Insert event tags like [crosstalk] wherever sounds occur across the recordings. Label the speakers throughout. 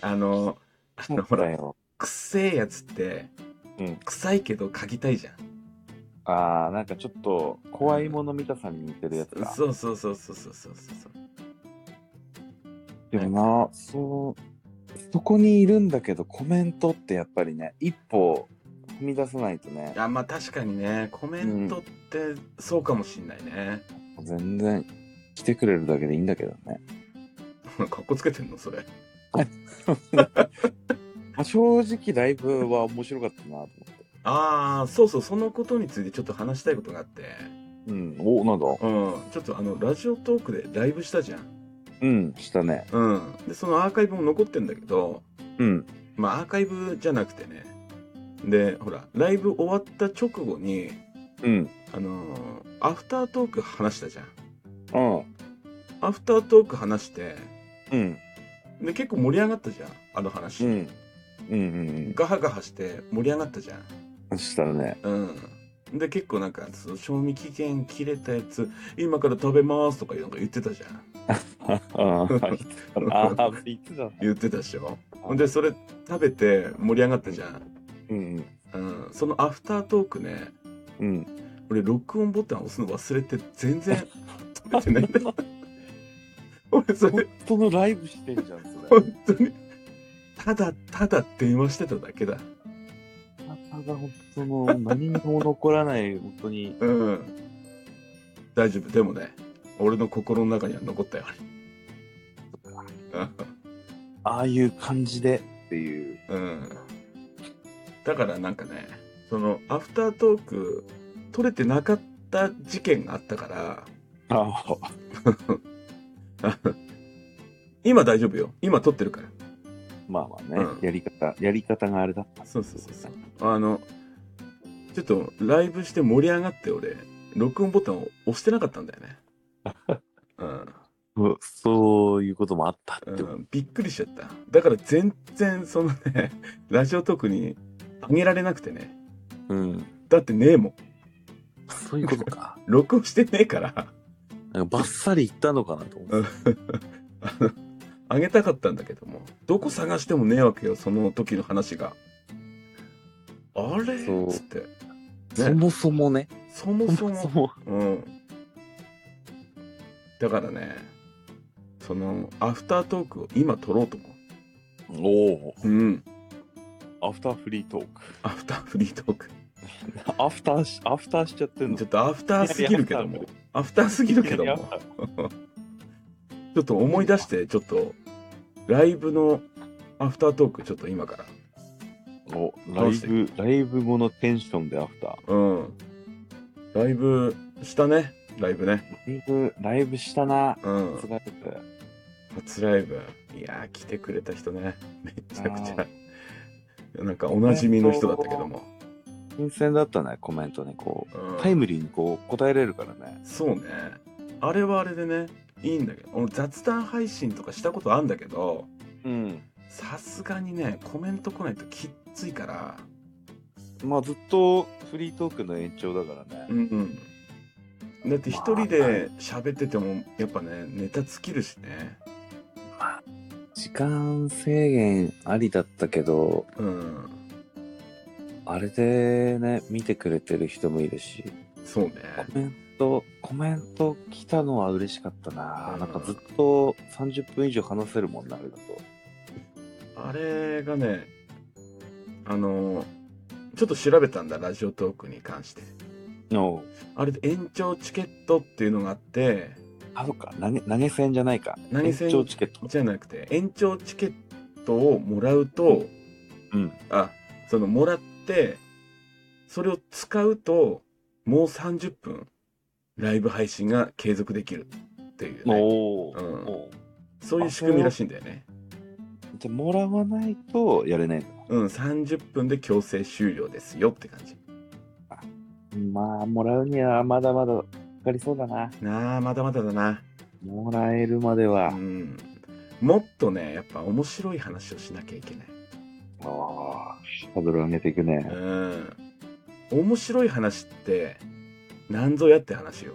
Speaker 1: あの、あ
Speaker 2: そ
Speaker 1: の
Speaker 2: う
Speaker 1: ほ
Speaker 2: だ
Speaker 1: ら、
Speaker 2: よ。
Speaker 1: 臭えやつって、
Speaker 2: うん
Speaker 1: 臭いけど嗅ぎたいじゃん。
Speaker 2: ああ、なんかちょっと怖いもの見たさんに似てるやつか。
Speaker 1: そうそうそうそうそうそうそう。
Speaker 2: でもな、そう、そこにいるんだけど、コメントってやっぱりね、一歩踏み出さないとね、
Speaker 1: あまあ確かにねコメントってそうかもしんないね、 [laughs]
Speaker 2: 全然来てくれるだけでいいんだけどね。
Speaker 1: かっこつけてんのそれ
Speaker 2: まあ、正直ライブは面白かったなと思って。
Speaker 1: ああそうそうそのことについてちょっと話したいことがあって
Speaker 2: うん、お、なんだ
Speaker 1: うんちょっとあのラジオトークでライブしたじゃん
Speaker 2: うん、したね。
Speaker 1: うんでそのアーカイブも残ってんだけど
Speaker 2: うん、
Speaker 1: まあアーカイブじゃなくてねでほらライブ終わった直後に
Speaker 2: うん、
Speaker 1: あのーアフタートーク話したじゃん
Speaker 2: うん、
Speaker 1: アフタートーク話して
Speaker 2: うん、
Speaker 1: で結構盛り上がったじゃんあの話、
Speaker 2: うん、うん、
Speaker 1: ガハガハして盛り上がったじゃん
Speaker 2: うん、した [laughs] ね。
Speaker 1: うん。で、結構なんか、その賞味期限切れたやつ、今から食べますとかなんか言ってたじゃん。
Speaker 2: ああ、
Speaker 1: [laughs]
Speaker 2: ああ、いつだ。
Speaker 1: 言ってたでしょ。ほんで、それ食べて盛り上がったじゃん。
Speaker 2: うん、
Speaker 1: うん。そのアフタートークね、
Speaker 2: うん。
Speaker 1: 俺、録音ボタン押すの忘れて、全然食べてないん
Speaker 2: [laughs]
Speaker 1: だよ。俺、それ
Speaker 2: 本、当のライブしてんじゃん、それ。
Speaker 1: 本当に、ただただ電話してただけだ。
Speaker 2: なかなか本当の何にも残らない、本当に。
Speaker 1: うん。大丈夫。でもね、俺の心の中には残ったよ、あれ。うん
Speaker 2: ああいう感じでっていう。
Speaker 1: うん。だからなんかね、その、アフタートーク、撮れてなかった事件があったから、
Speaker 2: あ
Speaker 1: 今大丈夫よ。今撮ってるか
Speaker 2: まあまあね、
Speaker 1: うん
Speaker 2: やり方、やり方があれだった。
Speaker 1: ら。そうそうそうそう。あの、ちょっと、ライブして盛り上がって俺、録音ボタンを押してなかったんだ [laughs] よね。うん
Speaker 2: うそういうこともあったってこ
Speaker 1: うん。びっくりしちゃった。だから全然、そのね、 [laughs] ラジオトークに上げられなくてね。
Speaker 2: と。うん。
Speaker 1: だってねえもん。
Speaker 2: そういうことか。
Speaker 1: [laughs] 録音してねえから。 [laughs]
Speaker 2: なんかバッサリいったのかなと思って。
Speaker 1: あのあげたかったんだけども、どこ探してもねえわけよ、その時の話が。あれ
Speaker 2: そう
Speaker 1: つって。
Speaker 2: そもそもね。
Speaker 1: そもそ
Speaker 2: そもそ
Speaker 1: も。
Speaker 2: も。
Speaker 1: うん。だからね、その、アフタートークを今撮ろうと思
Speaker 2: お
Speaker 1: う。うん。
Speaker 2: お。アフターフリートー
Speaker 1: [laughs]
Speaker 2: ク。
Speaker 1: アフターフリートーク。
Speaker 2: アフターし、アフターしちゃってんの
Speaker 1: ちょっとアフターすぎるけど
Speaker 2: いやい
Speaker 1: も
Speaker 2: や。
Speaker 1: アフターすぎるけど
Speaker 2: いやい
Speaker 1: も
Speaker 2: や。
Speaker 1: ちょっと思い出して、ちょっと、ライブのアフタートーク、ちょっと今から。
Speaker 2: お、ライブ、ライブ後のテンションでアフター。
Speaker 1: うん。ライブしたね。ライブね。
Speaker 2: ライブ、ライブしたな。
Speaker 1: うん
Speaker 2: す。ごく
Speaker 1: 初ライブ。いやー、来てくれた人ね。めちゃくちゃ。なんかおなじみの人だったけども。
Speaker 2: 新鮮だったね、コメントね。こ
Speaker 1: うん
Speaker 2: う、タイムリーにこう、答えれるからね。
Speaker 1: そうね。あれはあれでね、いいんだけど、俺雑談配信とかしたことあんだけど、
Speaker 2: うん。
Speaker 1: さすがにね、コメント来ないときっついから、
Speaker 2: まあずっとフリートークの延長だから
Speaker 1: う
Speaker 2: ね。
Speaker 1: んうん。だって一人で喋ってても、やっぱね、ネタ尽きるしね。
Speaker 2: 時間制限ありだったけど、
Speaker 1: うん。
Speaker 2: あれでね、見てくれてる人もいるし、
Speaker 1: そうね。
Speaker 2: コメント、コメント来たのは嬉しかったな。
Speaker 1: うん
Speaker 2: なんかずっと30分以上話せるもんな、あれだと。
Speaker 1: あれがね、あの、ちょっと調べたんだ、ラジオトークに関して。
Speaker 2: の、
Speaker 1: あれで延長チケットっていうのがあって、
Speaker 2: あ、そっか、投げ、投げ銭じゃないか。
Speaker 1: 投げ銭
Speaker 2: 延長チケット。
Speaker 1: じゃなくて、延長チケットをもらうと、
Speaker 2: うん。
Speaker 1: あ、そのもらって、それを使うと、もう30分、ライブ配信が継続できるっていう、ね、
Speaker 2: おー
Speaker 1: うん
Speaker 2: おー
Speaker 1: そういう仕組みらしいんだよね。
Speaker 2: じゃあ、もらわないとやれない
Speaker 1: うん、30分で強制終了ですよって感じ。
Speaker 2: の。まあ、もらうにはまだまだかかりそうだな。
Speaker 1: なあ、まだまだだな。
Speaker 2: もらえるまでは。
Speaker 1: うん、もっとねやっぱ面白い話をしなきゃいけない、
Speaker 2: ああ、ハードル上げていくね。
Speaker 1: うん、面白い話って何ぞやって話よ、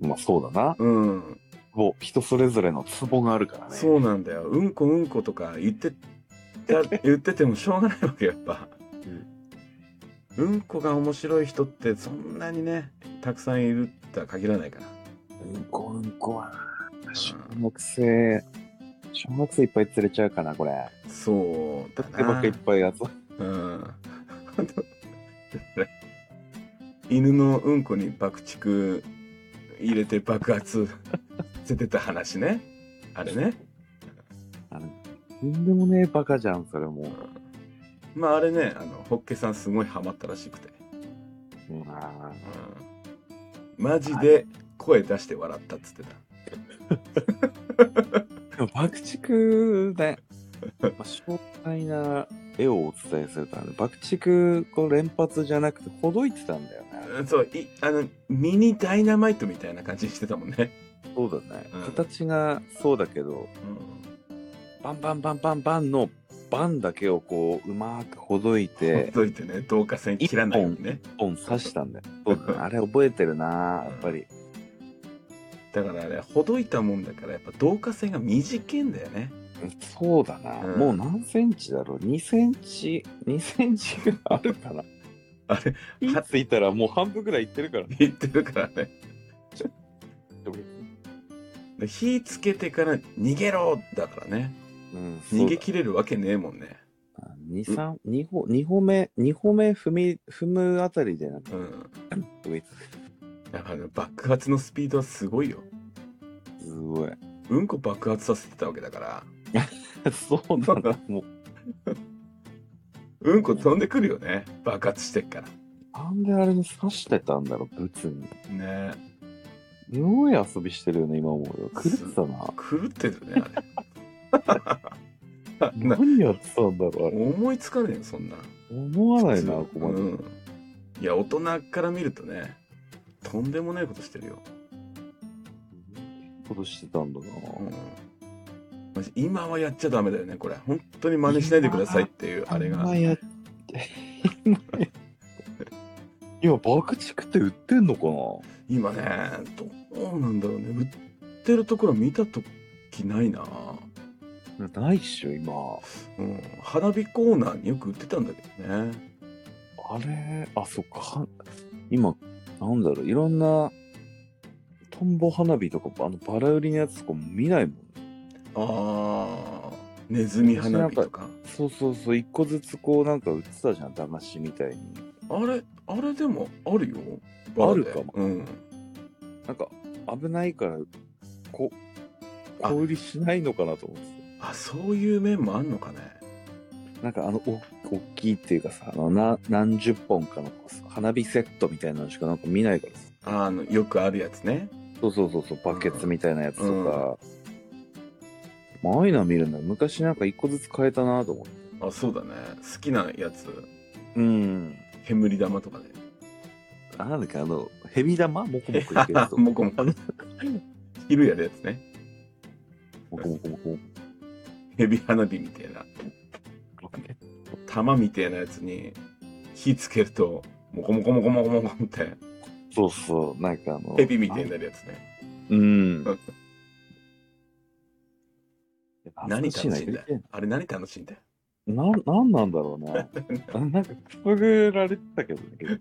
Speaker 2: まあそうだな。
Speaker 1: うん、
Speaker 2: ボ、人それぞれのツボがあるからね。
Speaker 1: そうなんだよ。うんこうんことか言って [laughs] た、言っててもしょうがないわけ、やっぱ。うんこが面白い人ってそんなにね、たくさんいるとは限らないから。
Speaker 2: うんこうんこはな、小学生、小学生いっぱい連れちゃうかな、これ。
Speaker 1: そうだ
Speaker 2: 手ば
Speaker 1: な
Speaker 2: っかいっ。ぱいやつ。
Speaker 1: うん。犬のうんこに爆竹入れて爆発しててた話ね。あれね。
Speaker 2: あの、とんでもねえバカじゃん、それもう。
Speaker 1: まああれね、あの、ホッケさんすごいハマったらしくて。
Speaker 2: うわぁ
Speaker 1: うん。マジで声出して笑ったっつってた。
Speaker 2: でも爆竹ね、まあ、詳細な絵をお伝えすると、あの爆竹こう連発じゃなくて、ほどいてたんだよね。
Speaker 1: うんそう、い、あの、ミニダイナマイトみたいな感じにしてたもんね。
Speaker 2: そうだね
Speaker 1: うん。
Speaker 2: 形がそうだけど、
Speaker 1: う
Speaker 2: バンバンバンバンバンのバンだけをこう、うまーくほどい、
Speaker 1: ん。ほってといてね、導火線切らないようにね。
Speaker 2: 一本刺したんだよ。そう
Speaker 1: [laughs]
Speaker 2: だねあれ覚えてるなぁやっぱり。
Speaker 1: だからあれ、ほどいたもんだから、やっぱ導火線が短いんだよね。 [laughs]
Speaker 2: そうだな、
Speaker 1: うん
Speaker 2: もう何センチだろう ?2 センチ、2センチぐらいあるかな
Speaker 1: [laughs] あれ、
Speaker 2: 火ついたらもう半分ぐらいいってるからね。
Speaker 1: 言ってるからね。で火つけてから逃げろだからね。
Speaker 2: うん、
Speaker 1: 逃げ切れるわけねえもんね。
Speaker 2: 2、3、2歩、二歩目、二歩目踏み、踏むあたりでなんか、
Speaker 1: うん。
Speaker 2: 上行く
Speaker 1: やっぱね、爆発のスピードはすごいよ。
Speaker 2: すごい。
Speaker 1: [laughs] うんこ爆発させてたわけだから、
Speaker 2: そうだな、 [laughs] もう。
Speaker 1: うんこ飛んでくるよね。爆発してっから。
Speaker 2: なんであれに刺してたんだろう、ブツに。
Speaker 1: ね
Speaker 2: すごい遊びしてるよね、今思うよ。狂ってたな。
Speaker 1: 狂ってるね、
Speaker 2: [laughs]
Speaker 1: あれ [laughs] な。
Speaker 2: 何やってたんだろう、あれ。
Speaker 1: 思いつかねえよ、そんな。
Speaker 2: 思わないな、こ
Speaker 1: 普
Speaker 2: こ
Speaker 1: 通
Speaker 2: まで。
Speaker 1: うんいや、大人から見るとね、とんでもないことしてるよ。
Speaker 2: ことしてたんだな。
Speaker 1: うんマジ今はやっちゃダメだよね、これ。本当に真似しないでくださいっていう、あれが。
Speaker 2: 今やって、今や今、爆竹って売ってんのかな
Speaker 1: 今ね、どうなんだろうね。売ってるところ見たときないな。
Speaker 2: ないっしょ、今。
Speaker 1: うん。花火コーナーによく売ってたんだけどね。
Speaker 2: あれ、あ、そっか、は今、なんだろう、いろんな、トンボ花火とか、あの、バラ売りのやつとかも見ないもん。
Speaker 1: ああ、ネズミ花火とか。
Speaker 2: そうそうそう、一個ずつこう、なんか売ってたじゃん、駄菓子みたいに。
Speaker 1: あれ、あれでもあるよ。
Speaker 2: あるかも
Speaker 1: うん。
Speaker 2: なんか、危ないから、こ、小売りしないのかなと思って
Speaker 1: あ、そういう面もあんのかね。
Speaker 2: たなんか、あの、お、大きいっていうかさ、あの、な、何十本かの、こう花火セットみたいなのしかなんか見ないからさ。
Speaker 1: あの、よくあるやつね。
Speaker 2: そうそうそうそう、バケツみたいなやつとか。まあ、ああいうのは見るんだよ。昔なんか一個ずつ変えたなと思って。
Speaker 1: あ、そうだね。好きなやつ、
Speaker 2: うん。
Speaker 1: 煙玉とかで。
Speaker 2: あなんだっけ、あの、ヘビ玉モコモコいける [laughs]
Speaker 1: [laughs]
Speaker 2: と。
Speaker 1: もこもこ。昼やるやつね。
Speaker 2: モコモコモコモコ。
Speaker 1: 蛇花火みたいな。玉みたいなやつに火つけると、もこもこもこもこもこって、
Speaker 2: そうそう、なんかあの。
Speaker 1: 蛇みたいになるやつね。
Speaker 2: うん。
Speaker 1: 何楽しいん
Speaker 2: 懐
Speaker 1: だ
Speaker 2: か
Speaker 1: よ
Speaker 2: しい。
Speaker 1: あれ何楽しいんだよ。
Speaker 2: な、なんなんだろう
Speaker 1: [laughs]
Speaker 2: ね。なんかくすぐられてたけどね、結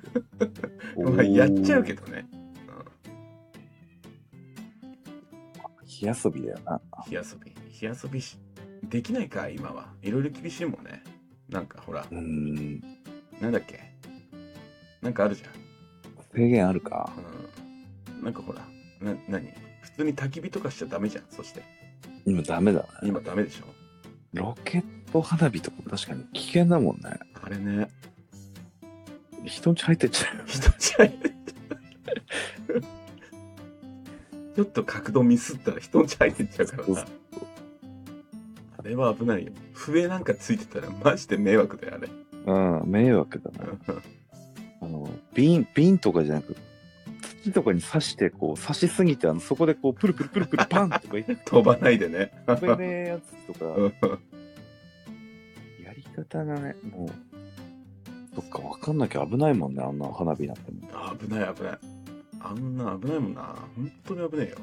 Speaker 2: 構
Speaker 1: まあ、やっちゃうけどね。
Speaker 2: 火遊びだよな。
Speaker 1: 火遊び。火遊びし、できないか、今は。いろいろ厳しいもんね。なんかほら
Speaker 2: う、ん。
Speaker 1: なんだっけ。なんかあるじゃ
Speaker 2: 制限あるか。
Speaker 1: ん。うん。なんかほら、な、何普通に焚き火とかしちゃダメじゃん。そして、
Speaker 2: 今ダメだね。
Speaker 1: 今ダメでしょ。
Speaker 2: ロケット花火とか確かに危険だもんね。
Speaker 1: あれね、
Speaker 2: 人んち入ってっちゃ
Speaker 1: [laughs]
Speaker 2: う。
Speaker 1: 人じゃいちょっと角度ミスったら人んち入ってっちゃうから
Speaker 2: そうそ
Speaker 1: さ。あれは危ないよ。笛なんかついてたらマジで迷惑だよ、あれ。 [laughs]
Speaker 2: うん、迷惑だな。あの、瓶、瓶とかじゃなく、土とかに刺して、こう、刺しすぎて、あの、そこでこう、プルプルプルプルパンとか言って、
Speaker 1: 飛ばないでね。
Speaker 2: 飛べねえやつとか、
Speaker 1: う
Speaker 2: やり方がね、もう、そっか、わかんなきゃ危ないもんね、あんな花火なんても。
Speaker 1: ん危ない危ない。あんな危ないもんな。本当に危ねえよ。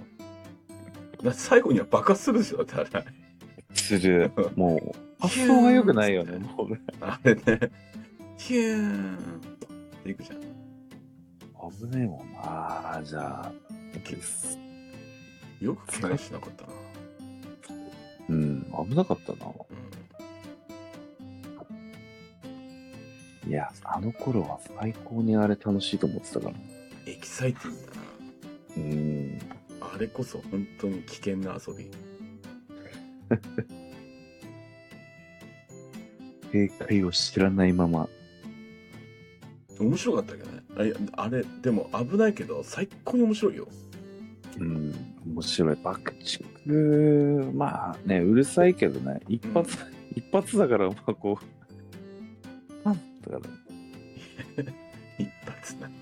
Speaker 1: だって最後には爆発するでしょだってあれ
Speaker 2: する。もう、発想が良くないよね、もうね。
Speaker 1: あれねヒューンっていくじゃん
Speaker 2: 危ねえもんなじゃあ。です
Speaker 1: よく怪我しなかったな、
Speaker 2: うん、危なかったな。いや、あの頃は最高にあれ楽しいと思ってたから。
Speaker 1: うん、エキサイティングだな
Speaker 2: うん。
Speaker 1: あれこそ本当に危険な遊び
Speaker 2: 正解を知らないまま。
Speaker 1: 面白かったけどねあいやあれでも危ないけど最高に面白いよ
Speaker 2: うん。面白い。爆竹、まあね、うるさいけどね。一発、一発だから、まあこう。パンだから。
Speaker 1: 一発なん